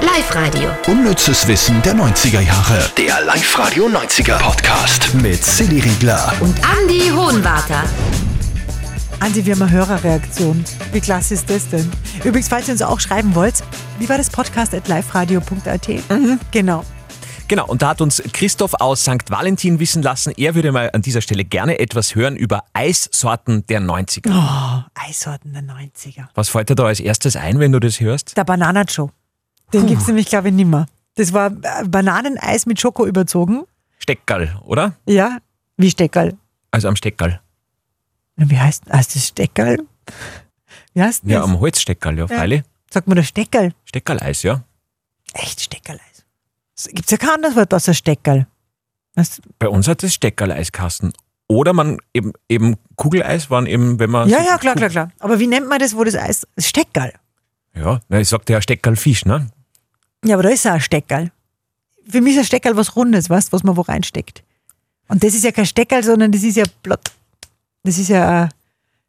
Live-Radio. Unnützes Wissen der 90er Jahre. Der Live-Radio 90er Podcast. Mit Silly Riegler. Und Andy Hohenwarter. Andi, wir haben eine Hörerreaktion. Wie klasse ist das denn? Übrigens, falls ihr uns auch schreiben wollt, wie war das Podcast at liveradio.at? Mhm. Genau. Genau, und da hat uns Christoph aus St. Valentin wissen lassen, er würde mal an dieser Stelle gerne etwas hören über Eissorten der 90er. Oh, Eissorten der 90er. Was fällt dir da als erstes ein, wenn du das hörst? Der Banana Joe. Den gibt's nämlich, glaube ich, nimmer. Das war äh, Bananeneis mit Schoko überzogen. Steckerl, oder? Ja, wie Steckerl. Also am Steckerl. Na, Wie heißt, heißt das Steckerl? Wie heißt das? Ja, am Holzsteckerl, ja, freilich. Sagt man da Steckerl? Steckerleis, ja. Echt Steckerleis. Gibt's ja kein anderes Wort außer Steckerl. Was? Bei uns hat es Steckerleiskasten. Oder man eben, eben Kugeleis waren eben, wenn man. Ja, ja, klar, klar, klar. Aber wie nennt man das, wo das Eis. Steckerl. Ja, na, ich sagte ja Steckerlfisch, ne? Ja, aber da ist auch ein Steckerl. Für mich ist ein Steckerl was Rundes, weißt, was man wo reinsteckt. Und das ist ja kein Steckerl, sondern das ist ja blott. Das ist ja ein-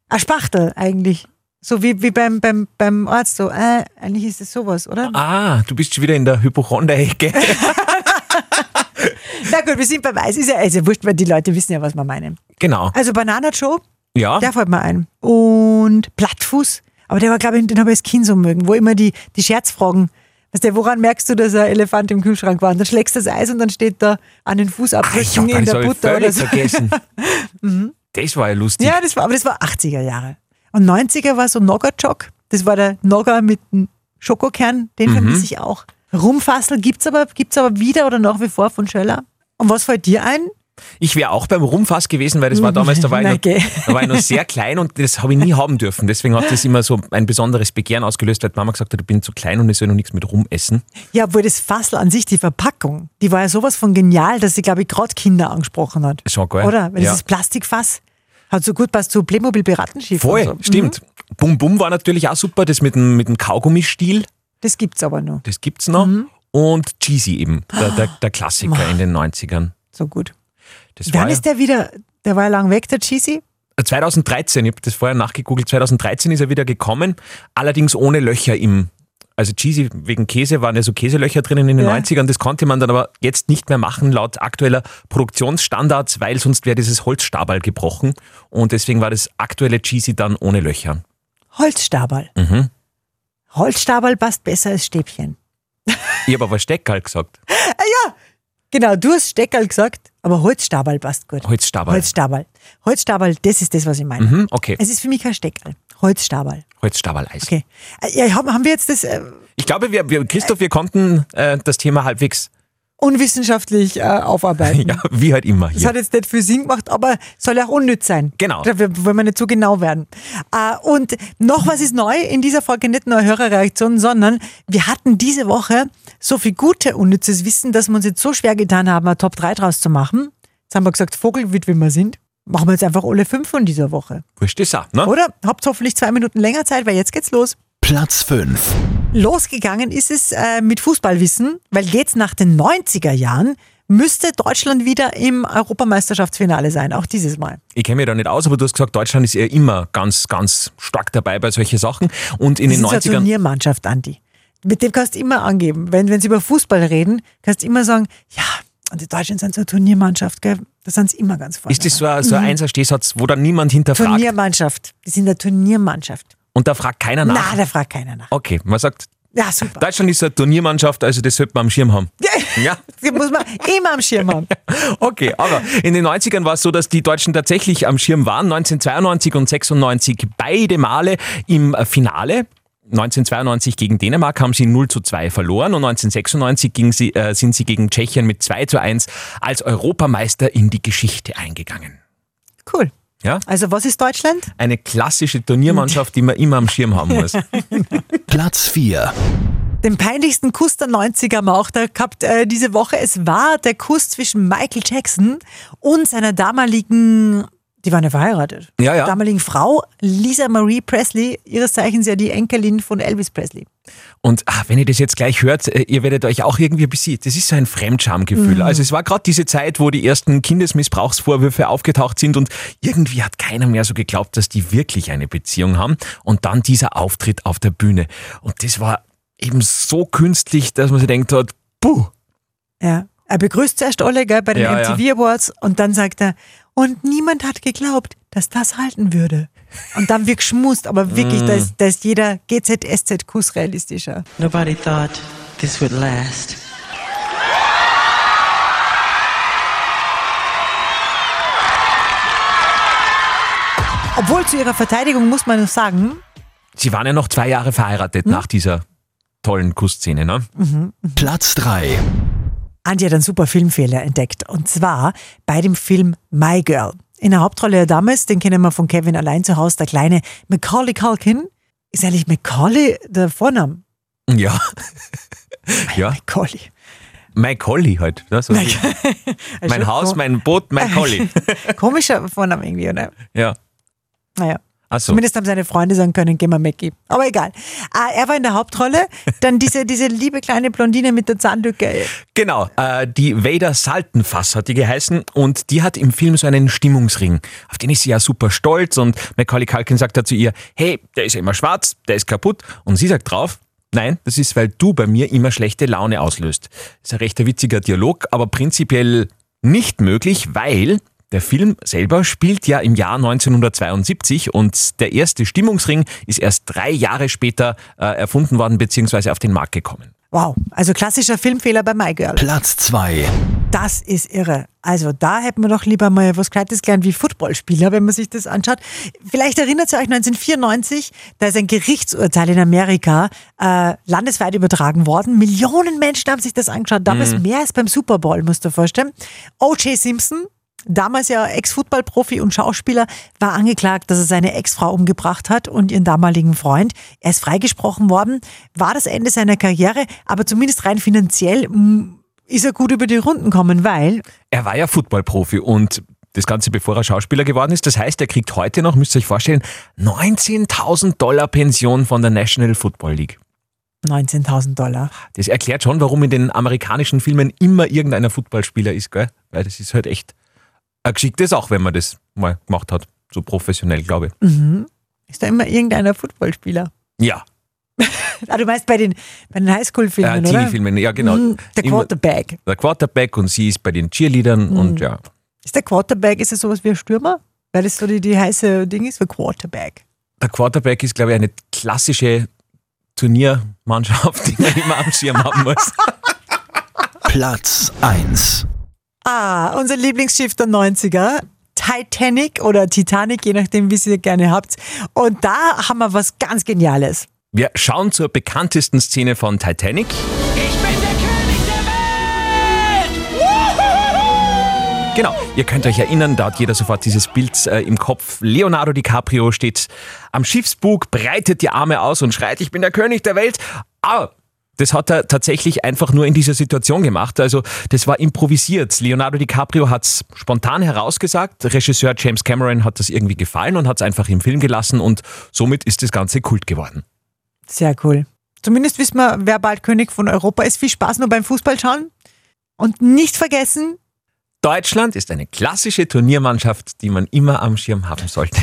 ein Spachtel eigentlich. So wie, wie beim, beim, beim Arzt. So, äh, eigentlich ist es sowas, oder? Ah, du bist schon wieder in der Hypochonder-Ecke. Na gut, wir sind beim Eis. Ist ja, ist ja wurscht, weil die Leute wissen ja, was wir meinen. genau. Also Banana Joe, Ja, Ah, der fällt mir ein. Und Plattfuß. Aber der war, glaube ich, den habe ich als Kind so mögen, wo immer die, die Scherzfragen. Weißt du, woran merkst du, dass ein Elefant im Kühlschrank war? Und dann schlägst du das Eis und dann steht da an den Fußabdrücken hab in das der hab Ah, ich Butter oder völlig so. Mhm. vergessen. Das war ja lustig. Ja, das war, aber das war 80er Jahre. Und 90er war so Nogger-Jock. Das war der Nogger mit dem Schokokern. Mhm. Den vermisse ich auch. Rumfassel gibt's aber, gibt's aber wieder oder nach wie vor von Schöller. Und was fällt dir ein? Ich wäre auch beim Rumfass gewesen, weil das war damals, da war, ich Mhm. Na, noch, geh. da war ich noch sehr klein und das habe ich nie haben dürfen. Deswegen hat das immer so ein besonderes Begehren ausgelöst, weil die Mama gesagt hat, ich bin zu klein und ich soll noch nichts mit rumessen. Ja, obwohl das Fassel an sich, die Verpackung, die war ja sowas von genial, dass sie, glaube ich, gerade Kinder angesprochen hat. Ist schon geil. Oder? Weil Ja. dieses Plastikfass hat so gut passt zu Playmobil-Piratenschiff. Voll, und so. Mhm. stimmt. Bum Bum war natürlich auch super, das mit dem, mit dem Kaugummistiel, Mhm. Das gibt's aber noch. das gibt's noch. Mhm. Und Cheesy eben, der, der, der Klassiker in den 90ern. So gut. Das Wann war ja ist der wieder, der war ja lang weg, der Cheesy? 2013, ich habe das vorher nachgegoogelt, 2013 ist er wieder gekommen, allerdings ohne Löcher im. Also Cheesy wegen Käse waren ja so Käselöcher drinnen in den Ja. 90ern, das konnte man dann aber jetzt nicht mehr machen, laut aktueller Produktionsstandards, weil sonst wäre dieses Holzstabal gebrochen und deswegen war das aktuelle Cheesy dann ohne Löcher. Holzstabal. Mhm. Holzstabal passt besser als Stäbchen. Ich habe aber Steckerl gesagt. Genau, du hast Steckerl gesagt, aber Holzstabal passt gut. Holzstabal. Holzstabal. Holzstabal, das ist das, was ich meine. Mhm, okay, Es ist für mich kein Steckerl. Holzstabal. Holzstabaleis. Äh, Okay. Äh, Ja, haben haben wir jetzt das äh, Ich glaube, wir, wir, Christoph, wir konnten äh, das Thema halbwegs, unwissenschaftlich äh, aufarbeiten? ja, wie halt immer Das hier. hat jetzt nicht viel Sinn gemacht, aber soll ja auch unnütz sein. Genau. Da wir- wollen wir nicht zu genau werden. Äh, und noch was ist neu in dieser Folge, nicht nur eine Hörerreaktion, sondern wir hatten diese Woche so viel gute unnützes Wissen, dass wir uns jetzt so schwer getan haben, eine Top 3 draus zu machen. Jetzt haben wir gesagt, Vogelwild, wie wir sind. Machen wir jetzt einfach alle fünf von dieser Woche. Wurscht ist auch, ne? Oder? Habt hoffentlich zwei Minuten länger Zeit, weil jetzt geht's los. Platz 5. Losgegangen ist es äh, mit Fußballwissen, weil jetzt nach den 90er Jahren müsste Deutschland wieder im Europameisterschaftsfinale sein, auch dieses Mal. Ich kenne mich da nicht aus, aber du hast gesagt, Deutschland ist ja immer ganz, ganz stark dabei bei solchen Sachen. Und in Das ist den eine 90ern. Turniermannschaft, Andi. Mit dem kannst du immer angeben. Wenn, wenn sie über Fußball reden, kannst du immer sagen, ja, und die Deutschen sind so eine Turniermannschaft, gell? Da sind sie immer ganz vorne. Ist das so ein, so Mhm. ein Einser-Stehsatz, wo dann niemand hinterfragt? Turniermannschaft. Die sind eine Turniermannschaft. Und da fragt keiner Na, nach. da fragt keiner nach. okay, man sagt, Ja, super. Deutschland ist eine Turniermannschaft, also das sollte man am Schirm haben. Ja. Das muss man immer am Schirm haben. Okay, aber in den 90ern war es so, dass die Deutschen tatsächlich am Schirm waren. 1992 und 96 beide Male im äh, Finale. 1992 gegen Dänemark haben sie 0 zu 2 verloren und 1996 ging sie, äh, sind sie gegen Tschechien mit 2 zu 1 als Europameister in die Geschichte eingegangen. Cool. Ja? Also, was ist Deutschland? Eine klassische Turniermannschaft, die man immer am Schirm haben muss. Platz 4. Den peinlichsten Kuss der 90er haben wir auch da gehabt äh, diese Woche. Es war der Kuss zwischen Michael Jackson und seiner damaligen, die waren ja verheiratet, Ja, ja. damaligen Frau Lisa Marie Presley, ihres Zeichens ja die Enkelin von Elvis Presley. Und ah, wenn ihr das jetzt gleich hört, äh, ihr werdet euch auch irgendwie ein bisschen, das ist so ein Fremdschamgefühl. Also es war gerade diese Zeit, wo die ersten Kindesmissbrauchsvorwürfe aufgetaucht sind und irgendwie hat keiner mehr so geglaubt, dass die wirklich eine Beziehung haben. Und dann dieser Auftritt auf der Bühne. Und das war eben so künstlich, dass man sich denkt hat, puh, Ja. Er begrüßt zuerst alle gell, bei den Ja, ja. MTV Awards und dann sagt er, und niemand hat geglaubt, dass das halten würde. Und dann wird geschmust, aber Mm. wirklich, da ist, da ist jeder GZSZ-Kuss realistischer. Nobody thought this would last. Obwohl zu ihrer Verteidigung muss man noch sagen, sie waren ja noch zwei Jahre verheiratet nach dieser tollen Kussszene, ne? Platz 3. Andi hat einen super Filmfehler entdeckt. Und zwar bei dem Film My Girl. In der Hauptrolle der Dame ist, den kennen wir von Kevin allein zu Hause, der kleine Macaulay Culkin. Ist eigentlich Macaulay der Vorname? Ja. ja, Macaulay. mein Collie halt. Ne? So mein Haus, mein Boot, mein Collie. Also Komischer Vorname irgendwie, oder? Ja. Naja. Ach so. Zumindest haben seine Freunde sagen können, geh mal Mackie. Aber egal. Ah, er war in der Hauptrolle. Dann diese, diese liebe kleine Blondine mit der Zahnlücke. Genau, äh, die Vader Saltenfass hat die geheißen und die hat im Film so einen Stimmungsring. Auf den ist sie ja super stolz und Macaulay Culkin sagt da zu ihr, hey, der ist ja immer schwarz, der ist kaputt. Und sie sagt drauf, nein, das ist, weil du bei mir immer schlechte Laune auslöst. Ist ein recht witziger Dialog, aber prinzipiell nicht möglich, weil der Film selber spielt ja im Jahr 1972 und der erste Stimmungsring ist erst drei Jahre später äh, erfunden worden bzw. auf den Markt gekommen. Wow. Also klassischer Filmfehler bei My Girl. Platz 2. Das ist irre. Also da hätten wir doch lieber mal was Gescheites gelernt wie Footballspieler, wenn man sich das anschaut. Vielleicht erinnert ihr euch 1994, da ist ein Gerichtsurteil in Amerika äh, landesweit übertragen worden. Millionen Menschen haben sich das angeschaut. Damals mehr als beim Super Bowl, musst du dir vorstellen. O.J. Simpson, damals ja Ex-Footballprofi und Schauspieler, war angeklagt, dass er seine Ex-Frau umgebracht hat und ihren damaligen Freund. Er ist freigesprochen worden, war das Ende seiner Karriere, aber zumindest rein finanziell mm, ist er gut über die Runden gekommen, weil Er war ja Footballprofi und das Ganze bevor er Schauspieler geworden ist. Das heißt, er kriegt heute noch, müsst ihr euch vorstellen, 19.000 Dollar Pension von der National Football League. 19.000 Dollar. Das erklärt schon, warum in den amerikanischen Filmen immer irgendeiner Footballspieler ist, gell? Weil das ist halt echt ein geschicktes auch, wenn man das mal gemacht hat. So professionell, glaube ich. Mhm. Ist da immer irgendeiner Footballspieler? Ja, Ah, du meinst bei den, bei den äh, Highschool-Filmen, oder? Teenie-Filmen, ja genau. Mhm, Der Immer Quarterback. der Quarterback und sie ist bei den Mhm. Cheerleadern und ja. Ist der Quarterback, ist er sowas wie ein Stürmer? Weil das so die, die heiße Ding ist für Quarterback. Der Quarterback ist, glaube ich, eine klassische Turniermannschaft, die man immer am Schirm haben muss. Platz 1. Ah, unser Lieblingsschiff der 90er. Titanic oder Titanic, je nachdem, wie ihr gerne habt. Und da haben wir was ganz Geniales. Wir schauen zur bekanntesten Szene von Titanic. Genau, ihr könnt euch erinnern, da hat jeder sofort dieses Bild äh, im Kopf. Leonardo DiCaprio steht am Schiffsbug, breitet die Arme aus und schreit, ich bin der König der Welt. Aber das hat er tatsächlich einfach nur in dieser Situation gemacht. Also das war improvisiert. Leonardo DiCaprio hat es spontan herausgesagt. Regisseur James Cameron hat das irgendwie gefallen und hat es einfach im Film gelassen und somit ist das Ganze Kult geworden. Sehr cool. Zumindest wissen wir, wer bald König von Europa ist. Viel Spaß nur beim Fußball schauen. Und nicht vergessen, Deutschland ist eine klassische Turniermannschaft, die man immer am Schirm haben sollte.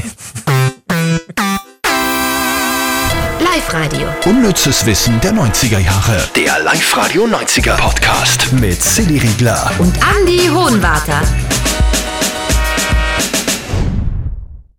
Live-Radio. Unnützes Wissen der 90er Jahre. Der Live-Radio 90er Podcast. Mit Silly Riegler. Andi Hohenwarter.